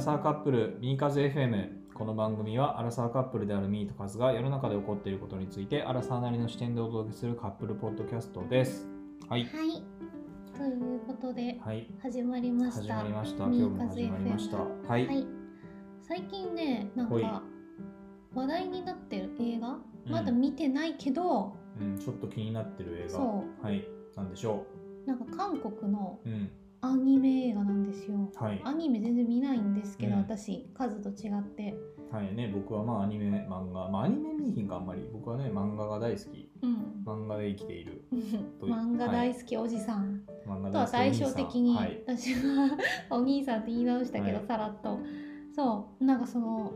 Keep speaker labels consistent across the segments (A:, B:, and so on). A: サーカップルミーカズ FM この番組はアラサーカップルであるミーとカズが世の中で起こっていることについてアラサーなりの視点でお届けするカップルポッドキャストですはい
B: はい。ということで
A: はい
B: 始まりまし
A: 始
B: た。
A: まりました今
B: ミ
A: 日
B: ー
A: も
B: カズ
A: 始まりましたは
B: FM
A: い、
B: はい。最近ね、なん
A: ほい
B: か話題になってる映画、
A: うん
B: まだ見てないけど、
A: うん、ちょっと気になってる映画
B: そ
A: はいなんでしょ
B: なんか韓国の
A: ううん
B: アニメ映画なんですよ。
A: はい
B: アニメ全然見ないんですけど、
A: うん
B: 私カズと違って、
A: はいね僕はまあアニメ漫画まあアニメ見えひんかあんまり僕はね漫画が大好き
B: うん、
A: 漫画で生きているどういう
B: 漫画大好きおじさん、
A: 漫画
B: とは
A: 大
B: 対
A: 好きお
B: 照
A: 兄さん
B: 的に、
A: はい
B: 私は お兄さんって言い直したけど、
A: はい
B: さらっとそうなんかその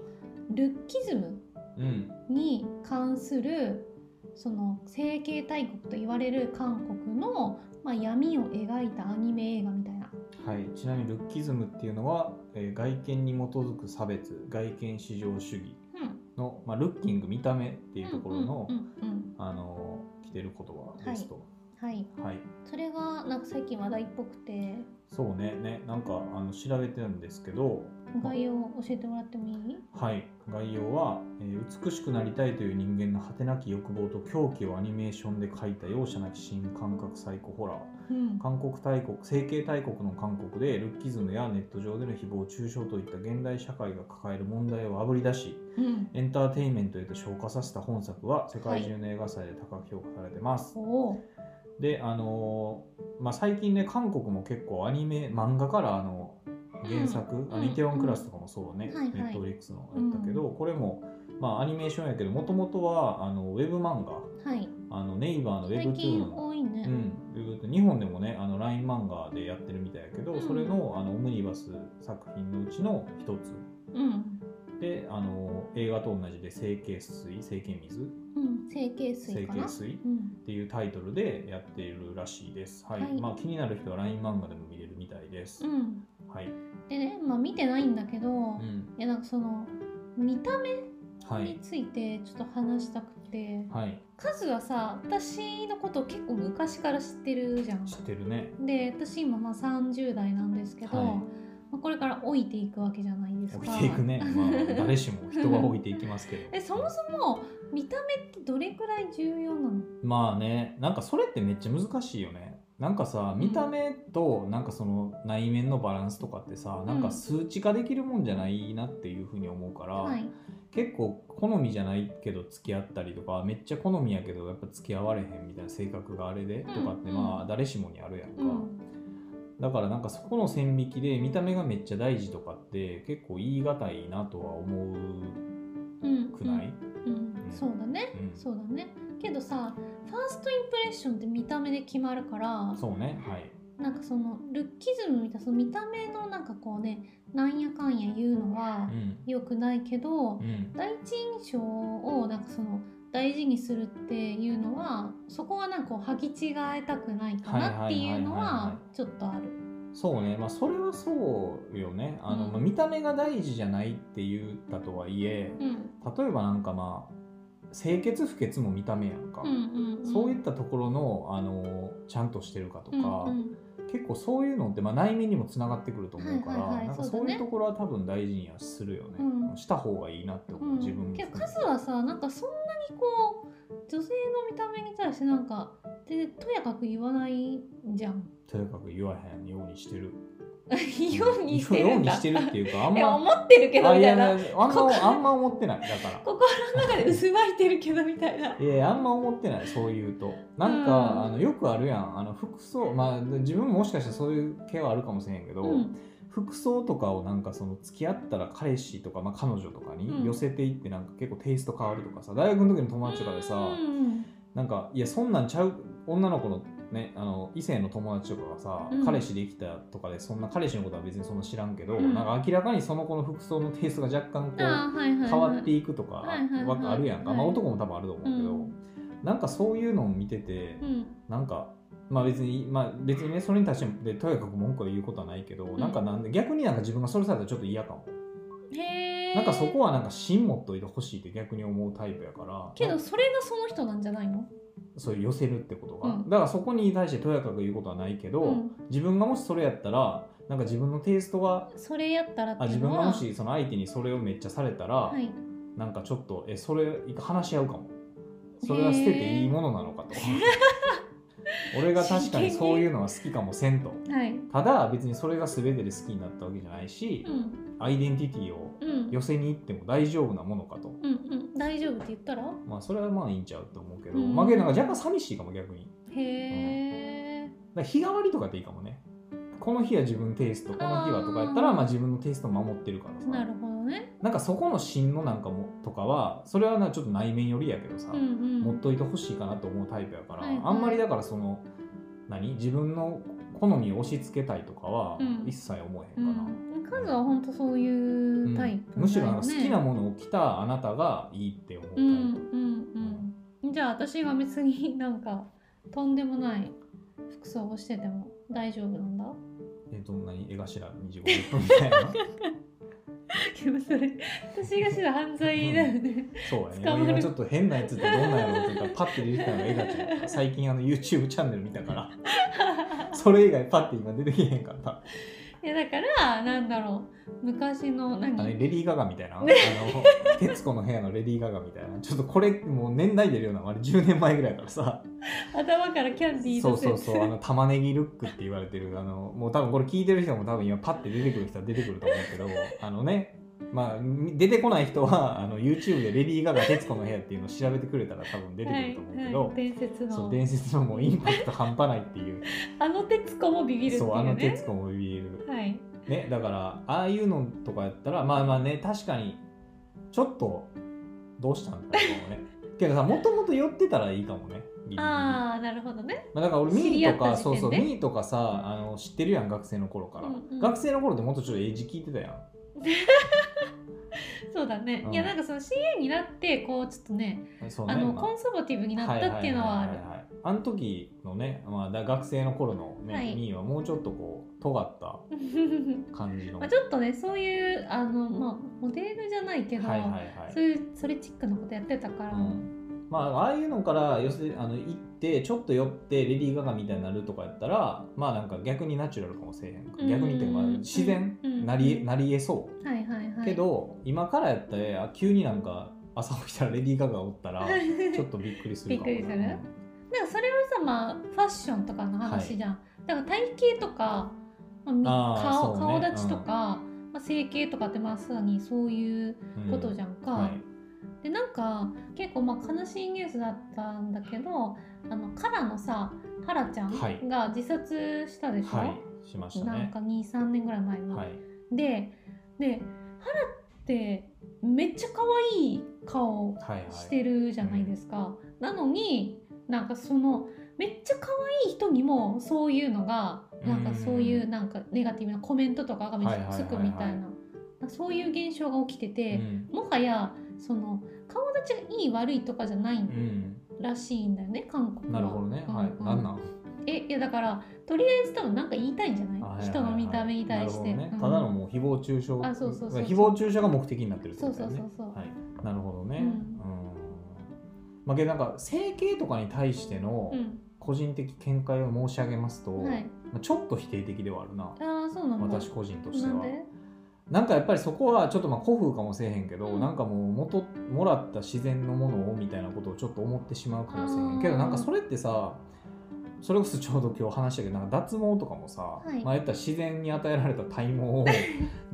B: ルッキズム
A: うん
B: に関するその整形大国と言われる韓国の、まあ、闇を描いたアニメ映画みたいな
A: はい、ちなみにルッキズムっていうのは、えー外見に基づく差別外見至上主義の、まあ、ルッキング見た目っていうところの、
B: うんうんうんうん
A: あのー、来てる言葉ですと、
B: はい、
A: はい
B: それがなんか最近話題っぽくて
A: そうねねなんかあの調べてるんですけど、
B: 概要を教えてもらってもいい
A: はい、概要は、えー美しくなりたいという人間の果てなき欲望と狂気をアニメーションで描いた容赦なき新感覚サイコホラー
B: うん
A: 韓国大国整形大国の韓国でルッキズムやネット上での誹謗中傷といった現代社会が抱える問題をあぶり出し
B: うん
A: エンターテインメントへと昇華させた本作は世界中の映画祭で高く評価されてます。
B: おお
A: で、あのーまあ、最近ね韓国も結構アニメ漫画からあの原作、
B: うん
A: あのイテウォンクラスとかもそうね、
B: うんはい
A: ネ
B: は
A: ッ
B: い
A: トフリックスのやったけど、これも、まあ、アニメーションやけどもともとはあのウェブ漫画
B: はい
A: あのネイバーのウェ
B: 最
A: ブトゥー
B: 近
A: ンの。
B: 多いね、
A: うん、ウェブトゥーン日本でもねあの LINE 漫画でやってるみたいやけど、
B: うん
A: それのあのオムニバス作品のうちの一つ
B: うん
A: であの映画と同じで整形水整形水
B: うん、整形水
A: 整
B: かな
A: 形水っ
B: うん、
A: ていうタイトルでやっているらしいです。はい。
B: はい
A: まあ気になる人は LINE 漫画でも見れるみたいです。
B: うん、
A: はい。
B: でねまあ見てないんだけど、い
A: ん。
B: やなんかその見た目
A: は
B: に
A: い。
B: ついてちょっと話したくて、
A: はい。
B: カズはさ私のこと結構昔から知ってるじゃん
A: 知ってるね。
B: で私今まあ30代なんですけど、
A: はい
B: まあ、これから老いていくわけじゃないです
A: 置
B: か
A: いていく ね。まあ誰しも人は置いていきますけど。
B: えそもそも見た目ってどれくらい重要なの
A: まあね、なんかそれってめっちゃ難しいよね。なんかさ、見た目となんかその内面のバランスとかってさ、なんか数値化できるもんじゃないなっていうふうに思うから、
B: はい
A: 結構好みじゃないけど付き合ったりとかめっちゃ好みやけどやっぱ付き合われへんみたいな性格があれでとかって
B: うん
A: まあ誰しもにあるやんか、
B: うん
A: だからなんかそこの線引きで見た目がめっちゃ大事とかって結構言い難いなとは思う
B: うん
A: くない、
B: うん、うんそうだね
A: うん
B: そうだねけどさファーストインプレッションって見た目で決まるから
A: そうねはい
B: なんかそのルッキズムみたいなその見た目のなんかこうねなんやかんや言うのは
A: うん
B: 良くないけど、
A: うん
B: 第一印象をなんかその大事にするっていうのはそこはなんかこう履き違えたくないかなってい
A: はいはいはいは
B: うの
A: い
B: は
A: は
B: ちょっとある。
A: そうねまあそれはそうよねあの、
B: うん
A: まあ見た目が大事じゃないって言ったとはいえ
B: うん
A: 例えばなんかまあ清潔不潔も見た目やんか、
B: うんうんうん
A: そういったところの、あのちゃんとしてるかとか、
B: うんうん
A: 結構そういうのって、まあ、内面にもつながってくると思うから、
B: はいはいはい
A: なんか
B: そうだ
A: そ
B: ね
A: ういうところは多分大事にはするよね、
B: うん
A: した方がいいなって思う、
B: うん
A: 自分も
B: けど
A: 含めて
B: 数はさなんかそんなにこう女性の見た目に対してなんか全然とやかく言わないじゃん。
A: とにかく言わへんようにしてる
B: 言うようにしてる
A: ようん に
B: だ。
A: してるっていうかあん
B: いや
A: ま
B: 思ってるけど
A: あ
B: み
A: い
B: た
A: や
B: い
A: いや
B: な。
A: あん
B: ここ
A: まあんま思ってないだから
B: 心の中で渦巻いてるけどみたいな。
A: いやいやあんま思ってないそういうとなんか、
B: うん
A: あのよくあるやんあの服装まあ自分ももしかしたらそういう系はあるかもしれんけど、
B: うん
A: 服装とかをなんかその付き合ったら彼氏とか、まあ、彼女とか
B: うん
A: に寄せていってなんか結構テイスト変わるとかさ大学の時の友達とかでさ、
B: うん
A: なんかいやそんなんちゃう女の子の,、ね、あの異性の友達とかがさ、
B: うん
A: 彼氏できたとかでそんな彼氏のことは別にそんな知らんけど、
B: うん
A: なんか明らかにその子の服装のテイストが若干こう
B: あーはいはいはい
A: 変わっていくとか
B: はいはいはい
A: わあるやんか、まあ、
B: はい
A: 男も多分あると思うけど、なんかそういうのを見てて、
B: うん
A: なんか。まあ別に、まあ別にね、それに対して、とにかく文句を言うことはないけど、
B: ん
A: なんかなんで、逆になんか自分がそれされたらちょっと嫌かも。
B: へえ
A: なんかそこはなんか芯持っといてほしいって逆に思うタイプやから。
B: けどそれがその人なんじゃないの
A: そういう寄せるってことが、
B: うん
A: だからそこに対してとやかく言うことはないけど、
B: うん
A: 自分がもしそれやったらなんか自分のテイストが
B: それやったらって
A: あ
B: い
A: 自
B: うの
A: 分
B: は
A: がもしその相手にそれをめっちゃされたら、
B: はい、
A: なんかちょっとえそれ話し合うかもそれは捨てていいものなのか と俺が確かにそういうのは好きかもせんと
B: はい
A: ただ別にそれが全てで好きになったわけじゃないし、
B: うん
A: アイデンティティを
B: うん
A: 寄せに行っても大丈夫なものかと、
B: うんうん大丈夫って言ったら
A: まあそれはまあいいんちゃうと思うけど、
B: うん
A: まあけどなんか若干寂しいかも逆にだか
B: へえ、
A: ら日替わりとかでいいかもねこの日は自分テイストこの日はとかやった
B: あ
A: ら
B: ー
A: まあ自分のテイストを守ってるからさ
B: なるほどね
A: なんかそこの芯のなんかもとかはそれはなちょっと内面よりやけどさ、
B: うんうん
A: 持っといてほしいかなと思うタイプやから、
B: はいはい
A: あんまりだからその何自分の好みを押し付けたいとかは
B: うん
A: 一切思えへん
B: う
A: かな、うん
B: ん、カズは本当そういうタイプ、
A: むしろなんか好きなものを着たあなたがいいって思うタイ
B: う
A: プ、
B: んうんうんじゃあ私が別になんかとんでもない服装をしてても大丈夫なんだ
A: えどんなに絵頭25分みたいな
B: でもそれ私がした犯罪だよね
A: そうやね
B: 捕まる
A: 今ちょっと変なやつってどんなんやろうっていうかパッて出てきたのが絵 頭最近あの YouTube チャンネル見たからそれ以外パッて今出てきへんかった
B: いやだからなんだろう昔の何
A: あれレディー・ガガみたいな、あの徹子の部屋のレディー・ガガみたいなちょっとこれもう年代出るようなあれ10年前ぐらいやからさ
B: 頭からキャンディー
A: そう
B: 出せ
A: そうそうあの玉ねぎルックって言われてるあのもう多分これ聞いてる人も多分今パッて出てくる人は出てくると思うけどあのねまあ出てこない人はあの YouTube で「レディー・ガガ徹子の部屋」っていうのを調べてくれたら多分出てくると思うけど、
B: はいはい、伝説
A: そう
B: の
A: 伝説のもうインパクト半端ないっていう
B: あの徹子もビビるってい
A: そうあ
B: う
A: の
B: ね
A: 徹子もビビる
B: はい
A: ねだからああいうのとかやったらまあまあね確かにちょっとどうしたんだろうねけどさもともと寄ってたらいいかもねギリギリま
B: ああなるほどね
A: あ、だから俺ミ
B: 知り合
A: ー
B: っ
A: と
B: た
A: か、
B: 時点
A: そうそう
B: で
A: ミーとかさあの知ってるやん学生の頃から、
B: うんうん
A: 学生の頃ってもっとちょっとエイジ聞いてたやん
B: そうだね、
A: うん
B: いやなんかその CA になってこうちょっとね
A: そうね
B: あの
A: まあ
B: コンサバティブになったっていうのはある
A: いいいいいあの時のね、まあ、だ学生の頃の、ね
B: はい
A: ミーはもうちょっとこう尖った感じの
B: まあちょっとねそういうあの、まあ、モデルじゃないけど、
A: はいはいはい
B: そういうそれチックなことやってたから、
A: うんまあ、ああいうのから寄せあの行ってちょっと寄ってレディー・ガガみたいになるとかやったらまあなんか逆にナチュラルかもしれへん
B: うん
A: 逆にっていうかまあ自然
B: うん
A: なりなりえそ
B: はいはいは
A: う
B: い
A: け ど今からやったらあ急になんか朝起きたらレディー・ガガおった らちょっとびっくりするかも
B: びっくりするなんかそれはさまあファッションとかの話じゃん、だから体型とか、まあみ
A: あー
B: 顔
A: そうね
B: 顔立ちとか、まあ、整形とかってまさにそういう
A: うん
B: ことじゃんか、
A: はい
B: でなんか結構まあ悲しいニュースだったんだけどあのカラのさハラちゃ
A: はい
B: んが自殺したでしょ、
A: はいしました
B: なん
A: ね
B: か23年ぐらい前の。
A: はい
B: ででハラってめっちゃ可愛い顔
A: はいはい
B: してるじゃないですか、なのになんかそのめっちゃ可愛い人にもそういうのがなんかそういうなんかネガティブなコメントとかがめっちゃつくみた
A: はいはいい
B: な
A: はい
B: なんかそういう現象が起きて
A: う
B: て、
A: ん
B: もはやその顔立ちがいい悪いとかじゃない
A: うん
B: らしいんだよね韓国は。
A: なるほどね、は
B: う
A: い
B: んうん
A: なんなん
B: えいやだからとりあえず多分なんか言いたいんじゃない、
A: あはいはいはい
B: 人の見た目に対して。
A: なるほどね
B: うん
A: ただのもう誹謗中傷
B: あそうそうそうそう
A: 誹謗中傷が目的になってるって
B: そ
A: こ
B: う
A: とだ
B: そ
A: よ
B: う
A: ね
B: そうそう。
A: はい、なるほどね。
B: う
A: うんんまあ、けどなんか整形とかに対しての
B: うん
A: 個人的見解を申し上げますと、
B: はい、
A: まあ、ちょっと否定的ではあるな
B: ああそうなんだ。
A: 私個人として
B: な
A: は
B: ん
A: な
B: で
A: んかやっぱりそこはちょっとまあ古風かもしれへんけど、
B: うん
A: なんかもう元もらった自然のものをみたいなことをちょっと思ってしまうかもしれへ
B: あー
A: んけどなんかそれってさそれこそちょうど今日話したけどなんか脱毛とかもさ、
B: い
A: まあ言ったら自然に与えられた体毛を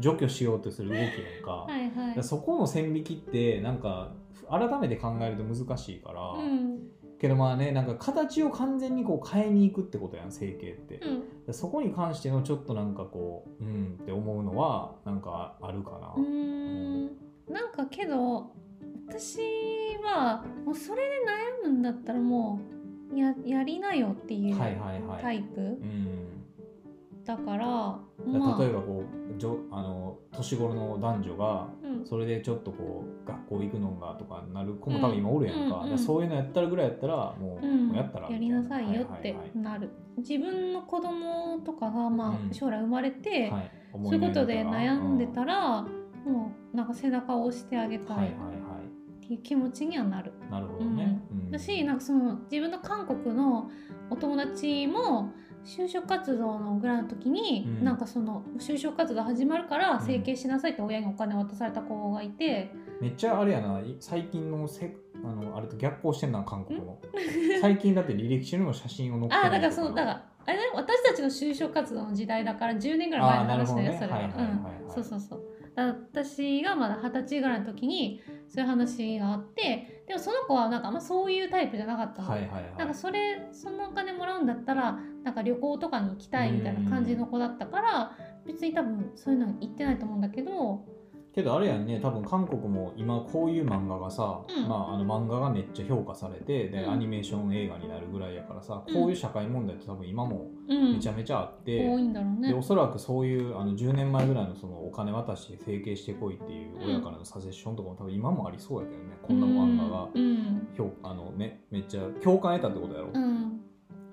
A: 除去しようとする動きなんか、
B: はいは
A: だから
B: い。
A: そこの線引きってなんか改めて考えると難しいから、
B: うん
A: けどまあねなんか形を完全にこう変えに行くってことやん整形って、だか
B: うん
A: らそこに関してのちょっとなんかこううんって思うのはなんかあるかな、
B: うーんなんかけど私はもうそれで悩むんだったらもうややりなよっていう
A: はいはいはい
B: タイ
A: う
B: プ
A: ん
B: だ
A: だ
B: から、
A: から
B: まあ
A: 例えばこうじょあの年頃の男女が
B: うん
A: それでちょっとこう学校行くのがとかなる子も多分今おるやんか,、
B: うんうんうん
A: だからそういうのやったらぐらいやったらもう,、
B: うん
A: もうやったら
B: や
A: み
B: り
A: た
B: なさいよって
A: はは
B: なる自分の子供とかがま
A: う
B: あ
A: ん
B: 将来生まれて、
A: いはいはい思
B: そういうことで
A: やりながら
B: 悩んで
A: う
B: たら、もうなんか背中を押してあげ
A: んは
B: た
A: い
B: い
A: はい
B: っ
A: はい
B: ていう気持ちにはなる。
A: なるほどね。うん
B: だしなんかその自分の韓国のお友達も就職活動のぐらいの時に、
A: うん
B: なんかその就職活動始まるから
A: ん
B: 整形しなさいって親にお金渡された子がいて、
A: めっちゃあれやな最近のせあのあれと逆行してんな韓国の 最近だって履歴書にも写真を載っけ
B: あ
A: な
B: あ
A: い
B: だからそ
A: と
B: のだからあれだよ私たちの就職活動の時代だから10年ぐらい前の話だよ、
A: あー
B: それ
A: な
B: は
A: るほどねはいはいはいはい
B: うんそうそうそうだから私がまだ二十歳ぐらいの時にそういう話があってでもその子はなんかあんまそういうタイプじゃなかったの、
A: はいはいはい
B: なんかそれそのお金もらうんだったらなんか旅行とかに行きたいみたいな感じの子だったから別に多分そういうの行ってないと思うんだけど
A: けどあれやんね多分韓国も今こういう漫画がさ、
B: うん
A: まあ、あの漫画がめっちゃ評価されてで、
B: うん
A: アニメーション映画になるぐらいやからさ、
B: うん
A: こういう社会問題って多分今も
B: うん
A: めちゃめちゃあって、
B: 多いんだろうね
A: でおそらくそういうあの10年前ぐらいのそのお金渡して整形してこいっていう
B: うん
A: 親からのサジェッションとかも多分今もありそうやけどねこんな漫画が
B: うん
A: 評あの、ね、めっちゃ共感得たってことやろ、
B: うん、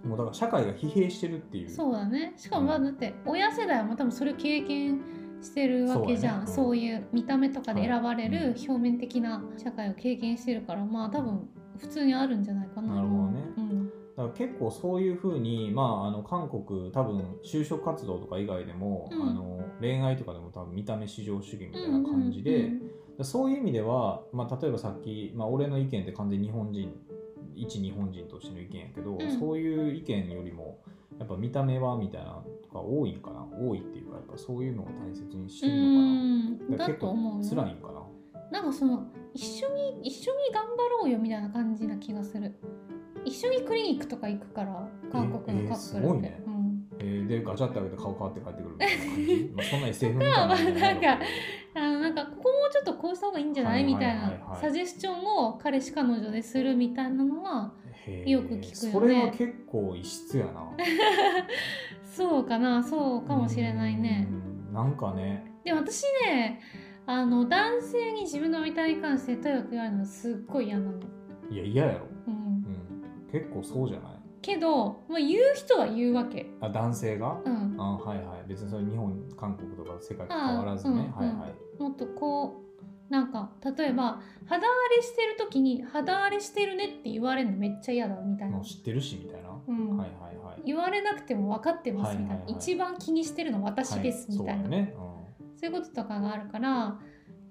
A: もうだから社会が疲弊してるっていう
B: そうだねしかもまあだって親世代も多分それを経験してるわけじゃん
A: そ
B: そう,、
A: う
B: いう見た目とかで選ばれ
A: はいうん
B: る表面的な社会を経験してるからまあ多分普通にあるんじゃないかな
A: なるほどね
B: うん
A: だから結構そういうふうに、まあ、あの韓国多分就職活動とか以外でも、
B: うん
A: あの恋愛とかでも多分見た目至上主義みたいな感じで、
B: うんうん
A: そういう意味では、まあ、例えばさっき、まあ、俺の意見って完全に日本人一日本人としての意見やけど、
B: ん
A: そういう意見よりもやっぱ見た目はみたいなとか多いんかな多いっていうかやっぱそういうのを大切にして
B: う
A: るの
B: ん
A: かなだから
B: だ
A: 結
B: と思う
A: 構
B: よ
A: 辛いんかな
B: なんかその一緒に一緒に頑張ろうよみたいな感じな気がする一緒にクリニックとか行くから韓国
A: え
B: の
A: え
B: カップ
A: すごい
B: ルって、
A: ね
B: うん、
A: えーでガチャって開けて顔変わって帰ってくるみたいな感 じ、まあ、そんな SF みたいなのじゃい
B: まあなんかあのなんかここもうちょっとこうした方がいいんじゃない,、
A: はいはいはいはい
B: みたいなサジェスチョンを彼氏彼女でするみたいなのは
A: へー
B: よく聞くよね
A: それは結構異質やな
B: そうかなそうかもしれないね
A: うんなんかね
B: でも私ねあの男性に自分の見た目に関してとにかく言われるのすっごい嫌なの、
A: いや嫌やろ、
B: うん、
A: うん、結構そうじゃない
B: けど、まあ、言う人は言うわけ
A: あ男性が
B: うん
A: あはいはい別にそれ日本韓国とか世界と変わらずね、
B: うん
A: はいはい、
B: もっとこうなんか例えば肌荒れしてる時に肌荒れしてるねって言われるのめっちゃ嫌だみたい
A: も
B: な
A: う、知ってるしみたいな、は
B: うん
A: いはいはい
B: 言われなくても分かってますみたいな、
A: はいはいはい
B: 一番気にしてるの私ですみたいな、
A: はそうだね、う
B: そういうこととかがあるから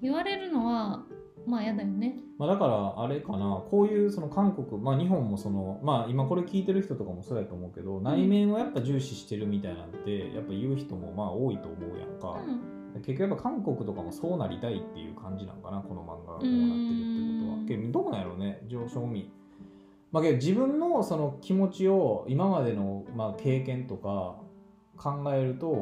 B: 言われるのはまあ嫌だよね。
A: んまあ、だからあれかなこういうその韓国、まあ、日本もその、まあ、今これ聞いてる人とかもそうやと思うけど、内面をやっぱ重視してるみたいなんてやっぱ言う人もまあ多いと思うやん
B: う
A: か、
B: ん、
A: 結局やっぱ韓国とかもそうなりたいっていう感じなんかなこの漫画がこうなってるってこと
B: う
A: は
B: ん
A: けどどうなんやろうね上昇味まあけど自分のその気持ちを今までのまあ経験とか考えると、や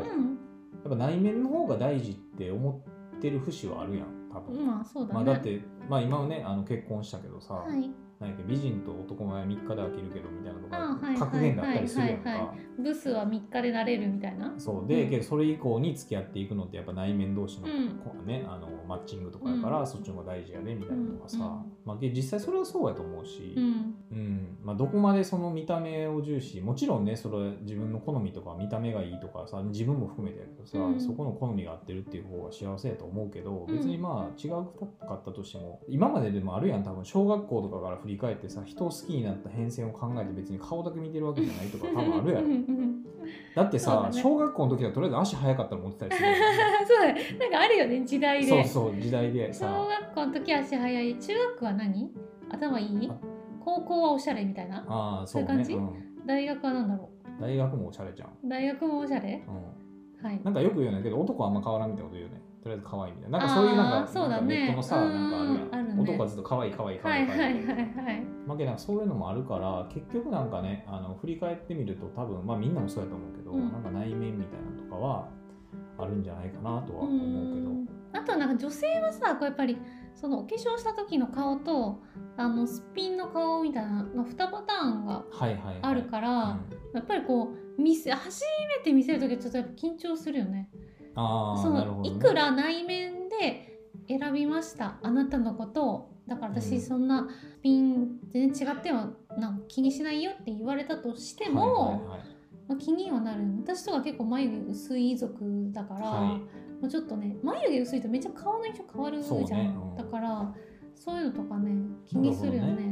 B: う
A: っぱ内面の方が大事って思ってる節はあるやん多分、
B: ん、まあそうだ
A: ま
B: ね。
A: あだってまあ今はねあの結婚したけどさ、
B: はい、
A: なんやっけ美人と男前は3日で飽きるけどみたいなと
B: あはいはいはいはい
A: か格言だったりするやん
B: はい
A: か
B: ブスは3日でなれるみたいな。
A: そうで、
B: うん
A: けどそれ以降に付き合っていくのってやっぱ内面同士の,、
B: うん
A: こうね、あのマッチングとかやから、そっちの方が大事やねみたいなのがさ、
B: うん
A: まあ、けど実際それはそうやと思うし、
B: うん、
A: うんまあ、どこまでその見た目を重視もちろんねそれ自分の好みとか見た目がいいとかさ自分も含めてやけどさ、
B: うん
A: そこの好みが合ってるっていう方が幸せやと思うけど
B: うん
A: 別にまあ違うかったとしても今まででもあるやん多分小学校とかから振り返ってさ人を好きになった変遷を考えて別に顔だけ見てるわけじゃない とか多分あるやろ
B: うん。うんうん
A: だって
B: そう
A: さ、
B: だね
A: 小学校の時はとりあえず足早かったら持って たりするよね
B: そうだねなんかあるよね時代で。
A: そうそう時代でさ
B: 小学校の時は足早い中学は何頭いい
A: あ
B: 高校はおしゃれみたいな
A: ああそ
B: そ
A: うう
B: いう
A: ね
B: 感じ
A: ん
B: 大学は何だろ
A: 大学もおしゃれじゃん、
B: う大学もおしゃれ
A: うん、
B: はい
A: なんかよく言うんだけど男はあんま変わらんみたいなこと言うよねとりあえず可愛いみたいななんかそういうなん
B: あー
A: か
B: そうだね
A: なんかネットのさなんかあるやん
B: うんあるね
A: 男はずっと可愛い可愛い可
B: は
A: 愛
B: い
A: い
B: はい
A: 可
B: は
A: 愛
B: い
A: い
B: はい
A: まあけどなんかそういうのもあるから結局なんかねあの振り返ってみると多分まあみんなもそうやと思うけど、
B: うん
A: なんか内面みたいなのとかはあるんじゃないかなとは
B: う
A: 思うけど
B: んあとはなんか女性はさこうやっぱりそのお化粧した時の顔とあのすっぴんの顔みたいなの2パターンが
A: はいはい、はい、
B: あるから、
A: うん
B: やっぱりこう見せ初めて見せる時はちょっとやっぱ緊張するよね。
A: ああ
B: そ
A: なるほ
B: の
A: ど、
B: い
A: ね、
B: くら内面で選びましたあなたのことをだから
A: う
B: 私
A: ん
B: そんなピン全然違ってはなんか気にしないよって言われたとしても、
A: はいはいはい
B: まあ、気にはなる私とか結構眉毛薄い族だから、
A: はい
B: もうちょっとね眉毛薄いとめっちゃ顔の印象変わるじゃん、
A: そうねうん
B: だからそういうのとかね気にするよね
A: なるほ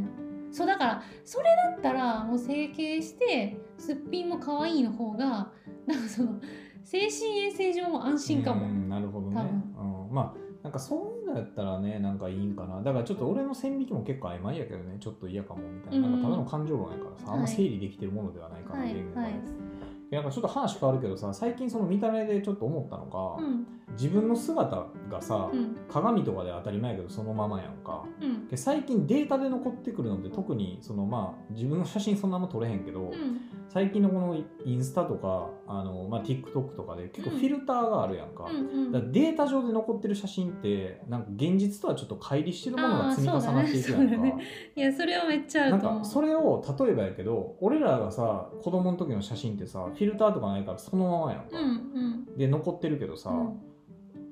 A: ど
B: そうだからそれだったらもう整形してすっぴんも可愛いの方がなんかその精神衛生上も安心かも、
A: うんなるほどね
B: 多
A: うんまあなんかそういうのやったらねなんかいいんかなだからちょっと俺の線引きも結構曖昧やけどねちょっと嫌かもみたいな,、
B: うん
A: なんかただの感情論やからさ、あんま
B: はい
A: 整理できてるものではないから、
B: はい
A: 言語がね
B: はい
A: でなんかちょっと話変わるけどさ最近その見た目でちょっと思ったのが、
B: うん
A: 自分の姿がさ、
B: うん
A: 鏡とかで当たり前やけどそのままやんか
B: うん
A: で最近データで残ってくるのって特にそのまあ自分の写真そんなもん撮れへんけど、
B: うん
A: 最近のこのインスタとかあの、まあ、TikTok とかで結構
B: う
A: フ
B: ん
A: ィルターがあるやんか,、
B: うん
A: だからデータ上で残ってる写真ってなんか現実とはちょっと乖離してるものが積み重なっていくやん
B: あーそうだね
A: か、
B: いやそれはめっちゃあ
A: な
B: る
A: ん
B: と思
A: か
B: う
A: それを例えばやけど俺らがさ子供の時の写真ってさフィルターとかないからそのままやんか、
B: うんうん
A: で残ってるけどさ、
B: うん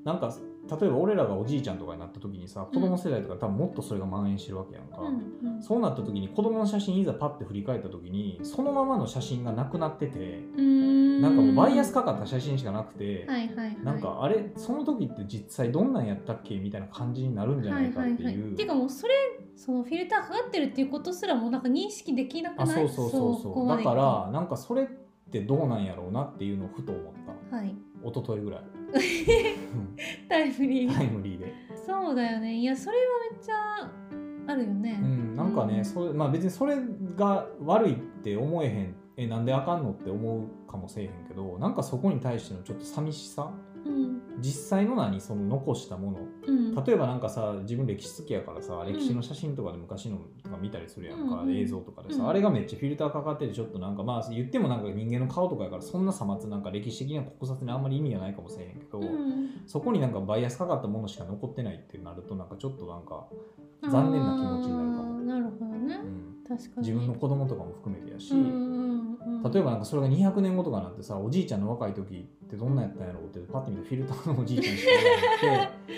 A: なんか例えば俺らがおじいちゃんとかになった時にさ子供世代とか多分もっとそれが蔓延してるわけやんか、
B: うんうん
A: そうなった時に子供の写真いざパッて振り返った時にそのままの写真がなくなってて
B: うーん
A: なんかもうバイアスかかった写真しかなくて、
B: はいはいはい
A: なんかあれその時って実際どんなんやったっけみたいな感じになるんじゃないかって
B: はい
A: い
B: はいは
A: う。
B: い、てかもうそれそのフィルターかかってるっていうことすらもうなんか認識できなくな
A: あ
B: い
A: そうそうそう
B: こ
A: そう
B: ま
A: だ
B: でいく
A: か
B: と
A: らなんかそれってどうなんやろうなっていうのをふと思った
B: はい
A: 一昨日ぐらい
B: タイムリー
A: タイムリーで、
B: そうだよねいやそれはめっちゃあるよね
A: う、ん、なんかね、
B: うん
A: それまあ、別にそれが悪いって思えへんえなんであかんのって思うかもせえへんけどなんかそこに対してのちょっと寂しさ
B: うん
A: 実際の何その残したもの
B: うん、
A: 例えばなんかさ自分歴史好きやからさ歴史の写真とかで昔のとか見たりするやんか、
B: うんうん
A: 映像とかでさ、
B: うん
A: あれがめっちゃフィルターかかっててちょっとなんかまあ言ってもなんか人間の顔とかやからそんなさまつなんか歴史的な考察にあんまり意味がないかもしれへんけど、
B: うん
A: そこになんかバイアスかかったものしか残ってないってなるとなんかちょっとなんか、残念な気持ちになるかも
B: あーなるほどね
A: うん
B: 確かに
A: 自分の子供とかも含めてやし、
B: うんうんうん、
A: 例えばなんかそれが200年後とかになってさおじいちゃんの若い時ってどんなんやったんやろうってパッて見てフィルターのおじいちゃんしかいなくて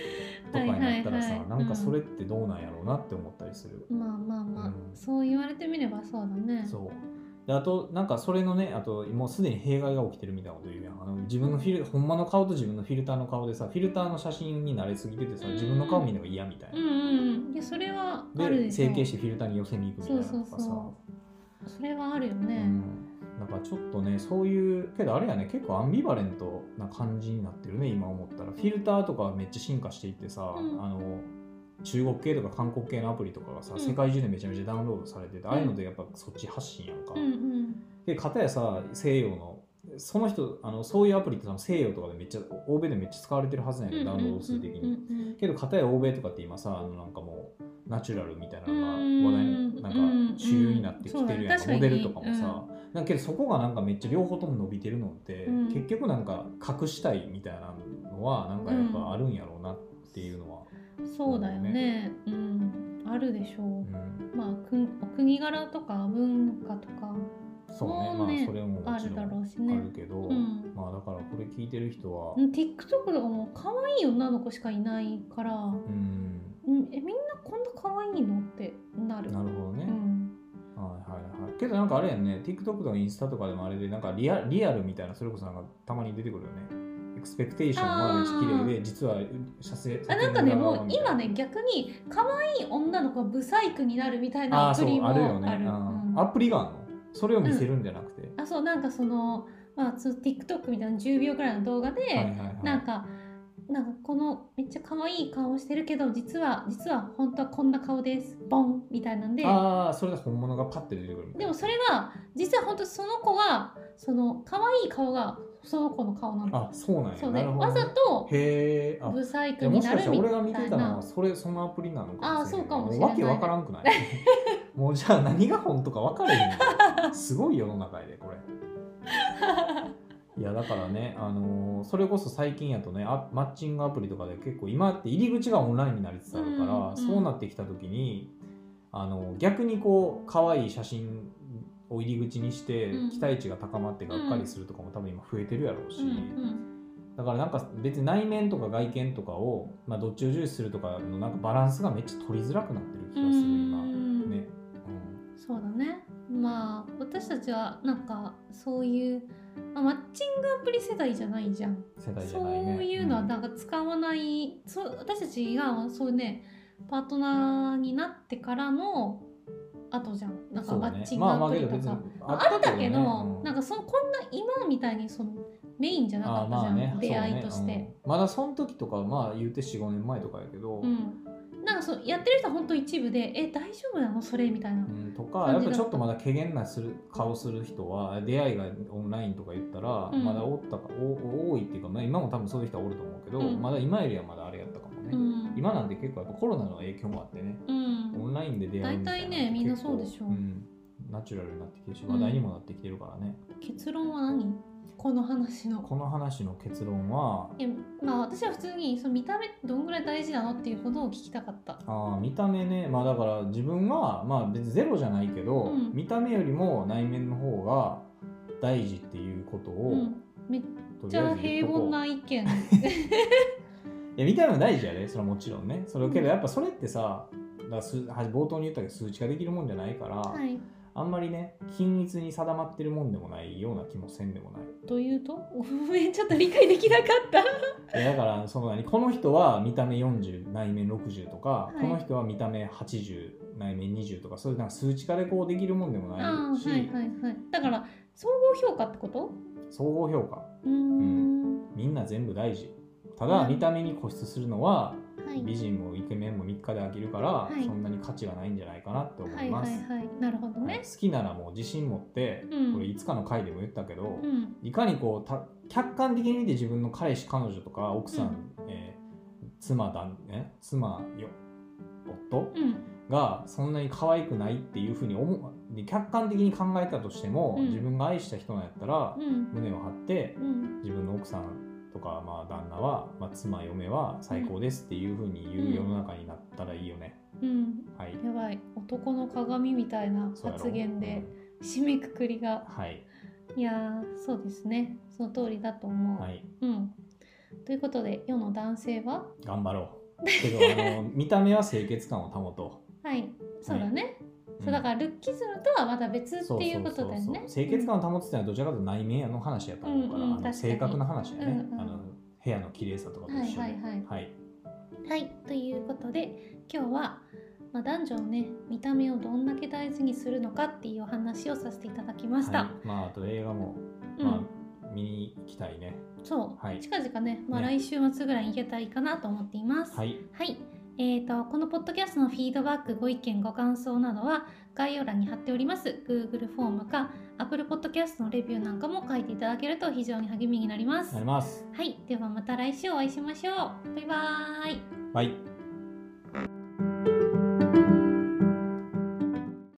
A: とかになったらさ、
B: はいはいはい
A: なんかそれってどうなんやろうなって思ったりする。
B: まあまあまあ、
A: うん
B: そう言われてみればそうだね
A: そうであとなんかそれのねあともうすでに弊害が起きてるみたいなこと言うやんあの自分のフィルほんまの顔と自分のフィルターの顔でさフィルターの写真に慣れすぎててさ自分の顔見るのが嫌みたいな
B: う、んうんうんいやそれはある
A: で
B: でしょ
A: 整形してフィルターに寄せに行くみたいなのとかさ
B: そうそうそそれはあるよ
A: う
B: ね、
A: んなんかちょっとねそういうけどあれやね結構アンビバレントな感じになってるね今思ったらフィルターとかめっちゃ進化していってさ、
B: うん
A: あの中国系とか韓国系のアプリとかがさ、
B: うん
A: 世界中でめちゃめちゃダウンロードされてて、ああいうのでやっぱそっち発信やんか、
B: うんうん
A: で片やさ西洋のその人あのそういうアプリって多分西洋とかでめっちゃ欧米でめっちゃ使われてるはずなんやけど、ダウンロード数的
B: うんう
A: に。
B: んうんうん
A: けど片や欧米とかって今さあのなんかもうナチュラルみたいなのが
B: う
A: 話
B: ん
A: 題になんか主流になってきてるやんか
B: うん
A: モ
B: うん
A: デルとかも
B: そうだね
A: さ、なんかけどそこがなんかめっちゃ両方とも伸びてるのって、
B: うん
A: 結局なんか隠したいみたいなのはなんかやっぱあるんやろうなっていうのは、
B: そうだよねうんあるでしょう、
A: うん
B: まあくんお国柄とか文化とか
A: そうね
B: もうね
A: まあそれもも
B: あ
A: ち
B: る
A: ろ
B: だ
A: ん
B: ろうし
A: あ
B: ね
A: るけど、
B: うん
A: まあだからこれ聞いてる人は、
B: TikTok とかもう可愛い女の子しかいないから、うん
A: うん、
B: えみんなこんな可愛いのってなる
A: なるほどね、
B: うん、
A: はいはいはいけどなんかあれやんね TikTok とかインスタとかでもあれでなんかリアリアルみたいなそれこそなんかたまに出てくるよねエクスペクテーションはめっちゃ綺麗で実は写生
B: あなんかねもう今ね逆に可愛い女の子がブサイクになるみたいな
A: あ
B: ア
A: あ
B: プ
A: そ
B: リ
A: う
B: も
A: あ
B: あ
A: る
B: る
A: よね
B: うん
A: あアプリがあるのそれを見せるんじゃなくて、
B: あそうなんかその、まあ、そう TikTok みたいな10秒くらいの動画で、
A: はいはいはい
B: なんかなんかこのめっちゃ可愛い顔してるけど実は実は本当はこんな顔ですボンみたいなんで
A: ああそれで本物がパッて出てくるみたい
B: で
A: な
B: もそれが実は本当その子がその可愛い顔がその子の顔なの
A: あそうなんや
B: そう
A: な
B: ね
A: るほど
B: わ
A: ね
B: ざと
A: へえあ
B: ブサイ
A: じ
B: ク
A: ゃあも
B: に
A: し
B: な
A: かし
B: る
A: たら
B: み
A: 俺が見て
B: たい
A: たのは
B: な
A: それそのアプリなのかもしれ
B: あーそうかもしれ
A: な
B: ないい
A: わけわからんくない もうじゃあ何が本とか分かれへんよすごい世の中やでこれいやだからね、あのーそれこそ最近やとねあマッチングアプリとかで結構今って入り口がオンラインになりつつあるから、
B: うんうん
A: そうなってきた時に、あの逆にこう可愛い写真を入り口にして
B: うん
A: 期待値が高まってがっかりするとかも多分今増えてるやろうし、
B: うんうん
A: だからなんか別に内面とか外見とかを、まあ、どっちを重視するとかのなんかバランスがめっちゃ取りづらくなってる気がする今
B: う
A: ね、
B: ん
A: うん
B: そうだねまあ私たちはなんかそういう、まあ、マッチングアプリ世代じゃないじゃん
A: 世代じゃないね
B: そういうのは
A: ん
B: なんか使わない、そう私たちがそうねパートナーになってからの後じゃんなんか
A: そう
B: マッ
A: ね
B: チング
A: まあま
B: ア
A: あ
B: プ
A: け
B: リ
A: ど
B: と
A: 別に
B: か、あったけど、
A: うん
B: なんかそのこんな今みたいにそのメインじゃなか
A: あ
B: っ
A: ー
B: たじ
A: ま
B: ゃ
A: あ
B: ん、
A: ね
B: 出会い
A: そ
B: と
A: う
B: し
A: ね
B: て。
A: うんまだその時とかはまあ言うて45年前とかやけど、
B: うんなんかそうやってる人は本当一部で「え大丈夫なのそれ」みたいな
A: う。んとかやっぱちょっとまだけげんなする顔する人は出会いがオンラインとか言ったら、
B: うん
A: まだおったかお多いっていうか、まあ、今も多分そういう人はおると思うけど、
B: うん
A: まだ今よりはまだあれやったかもね、
B: うん
A: 今なんて結構やっぱコロナの影響もあってね
B: うん
A: オンラインで出会いみたいなのって
B: 大体ねみんな
A: 結構
B: そうでしょ
A: んナチュラルになってきてるし話題にもなってきてるからね、
B: 結論は何この話の。
A: この話の結論は
B: えまあ私は普通にその見た目どんぐらい大事なのっていうほどを聞きたかった。
A: あー見た目ねまあだから自分はまあ別にゼロじゃないけど、
B: うん
A: 見た目よりも内面の方が大事っていうことを、
B: うん、めっ
A: と
B: ち
A: りあ
B: ゃ
A: えず言
B: 平
A: っとこう
B: 凡ない意見。
A: や見た目も大事やでそれはもちろんねそれけどやっぱそれってさだからすは冒頭に言ったけど数値化できるもんじゃないから、
B: はい、
A: あんまりね均一に定まってるもんでもないような気もせんでもない
B: というと ごめんちょっと理解できなかった。
A: いやだからその何この人は見た目40内面60とか、
B: はい
A: この人は見た目80内面20とかそういうなんか数値化でこうできるもんでも
B: あ
A: ないし、
B: ーはいはいはい。だから総合評価ってこと
A: 総合評価
B: うーん
A: みんな全部大事た
B: う
A: だ
B: ん
A: 見た目に固執するのは
B: はい
A: 美人もイケメンも3日で飽きるから、
B: はい
A: そんなに価値がないんじゃないかなって思
B: はいいは
A: ま
B: い
A: す、
B: はいなるほど
A: はい
B: ね。
A: 好きならもう自信持って、
B: うん
A: これいつかの回でも言ったけど、
B: うん
A: いかにこうた客観的に見て自分の彼氏彼女とか奥さん、えー妻だね妻よ夫
B: うん
A: がそんなに可愛くないっていうふうに思うで客観的に考えたとしても、
B: うん
A: 自分が愛した人なんやったら、
B: うん
A: 胸を張って
B: うん
A: 自分の奥さんとか、まあ、旦那は、まあ、妻嫁は最高ですっていうふうに言う世の中になったらいいよね、
B: うん
A: はい
B: やばい男の鏡みたいな
A: そうやろ
B: 発言で締めくくりが
A: うんはい
B: いやーそうですねその通りだと思う。
A: はい
B: うんということで世の男性は
A: 頑張ろ うけどあの見た目は清潔感を保と
B: はいそうだね、
A: う、
B: そうだからルッキズムとはまた別
A: そ
B: っ
A: う
B: てい
A: そうう
B: こ
A: そ
B: と
A: う
B: だよ
A: そう
B: ね。
A: 清潔感を保つっていうのはどちらかというと内面の話やと思うから、
B: うんうん
A: あ
B: 確
A: の
B: かに
A: 性格の話やね、
B: うんうん
A: あの部屋の綺麗さとかと一緒で
B: はいはいはい
A: はい
B: はい、ということで今日は、まあ、男女のね見た目をどんだけ大事にするのかっていうお話をさせていただきまし
A: は
B: た。
A: いまああと映画も、
B: うん、
A: まあ、見に行きたいね
B: そう、
A: はい
B: 近々ね、まあ、
A: ね
B: 来週末ぐらいに行けたらいいかなと思っています。
A: はい
B: はい、えー、とこのポッドキャストのフィードバックご意見ご感想などは概要欄に貼っております Google フォームか Apple Podcast のレビューなんかも書いていただけると非常に励みになります
A: なります
B: はいではまた来週お会いしましょうバイバーイ
A: バイ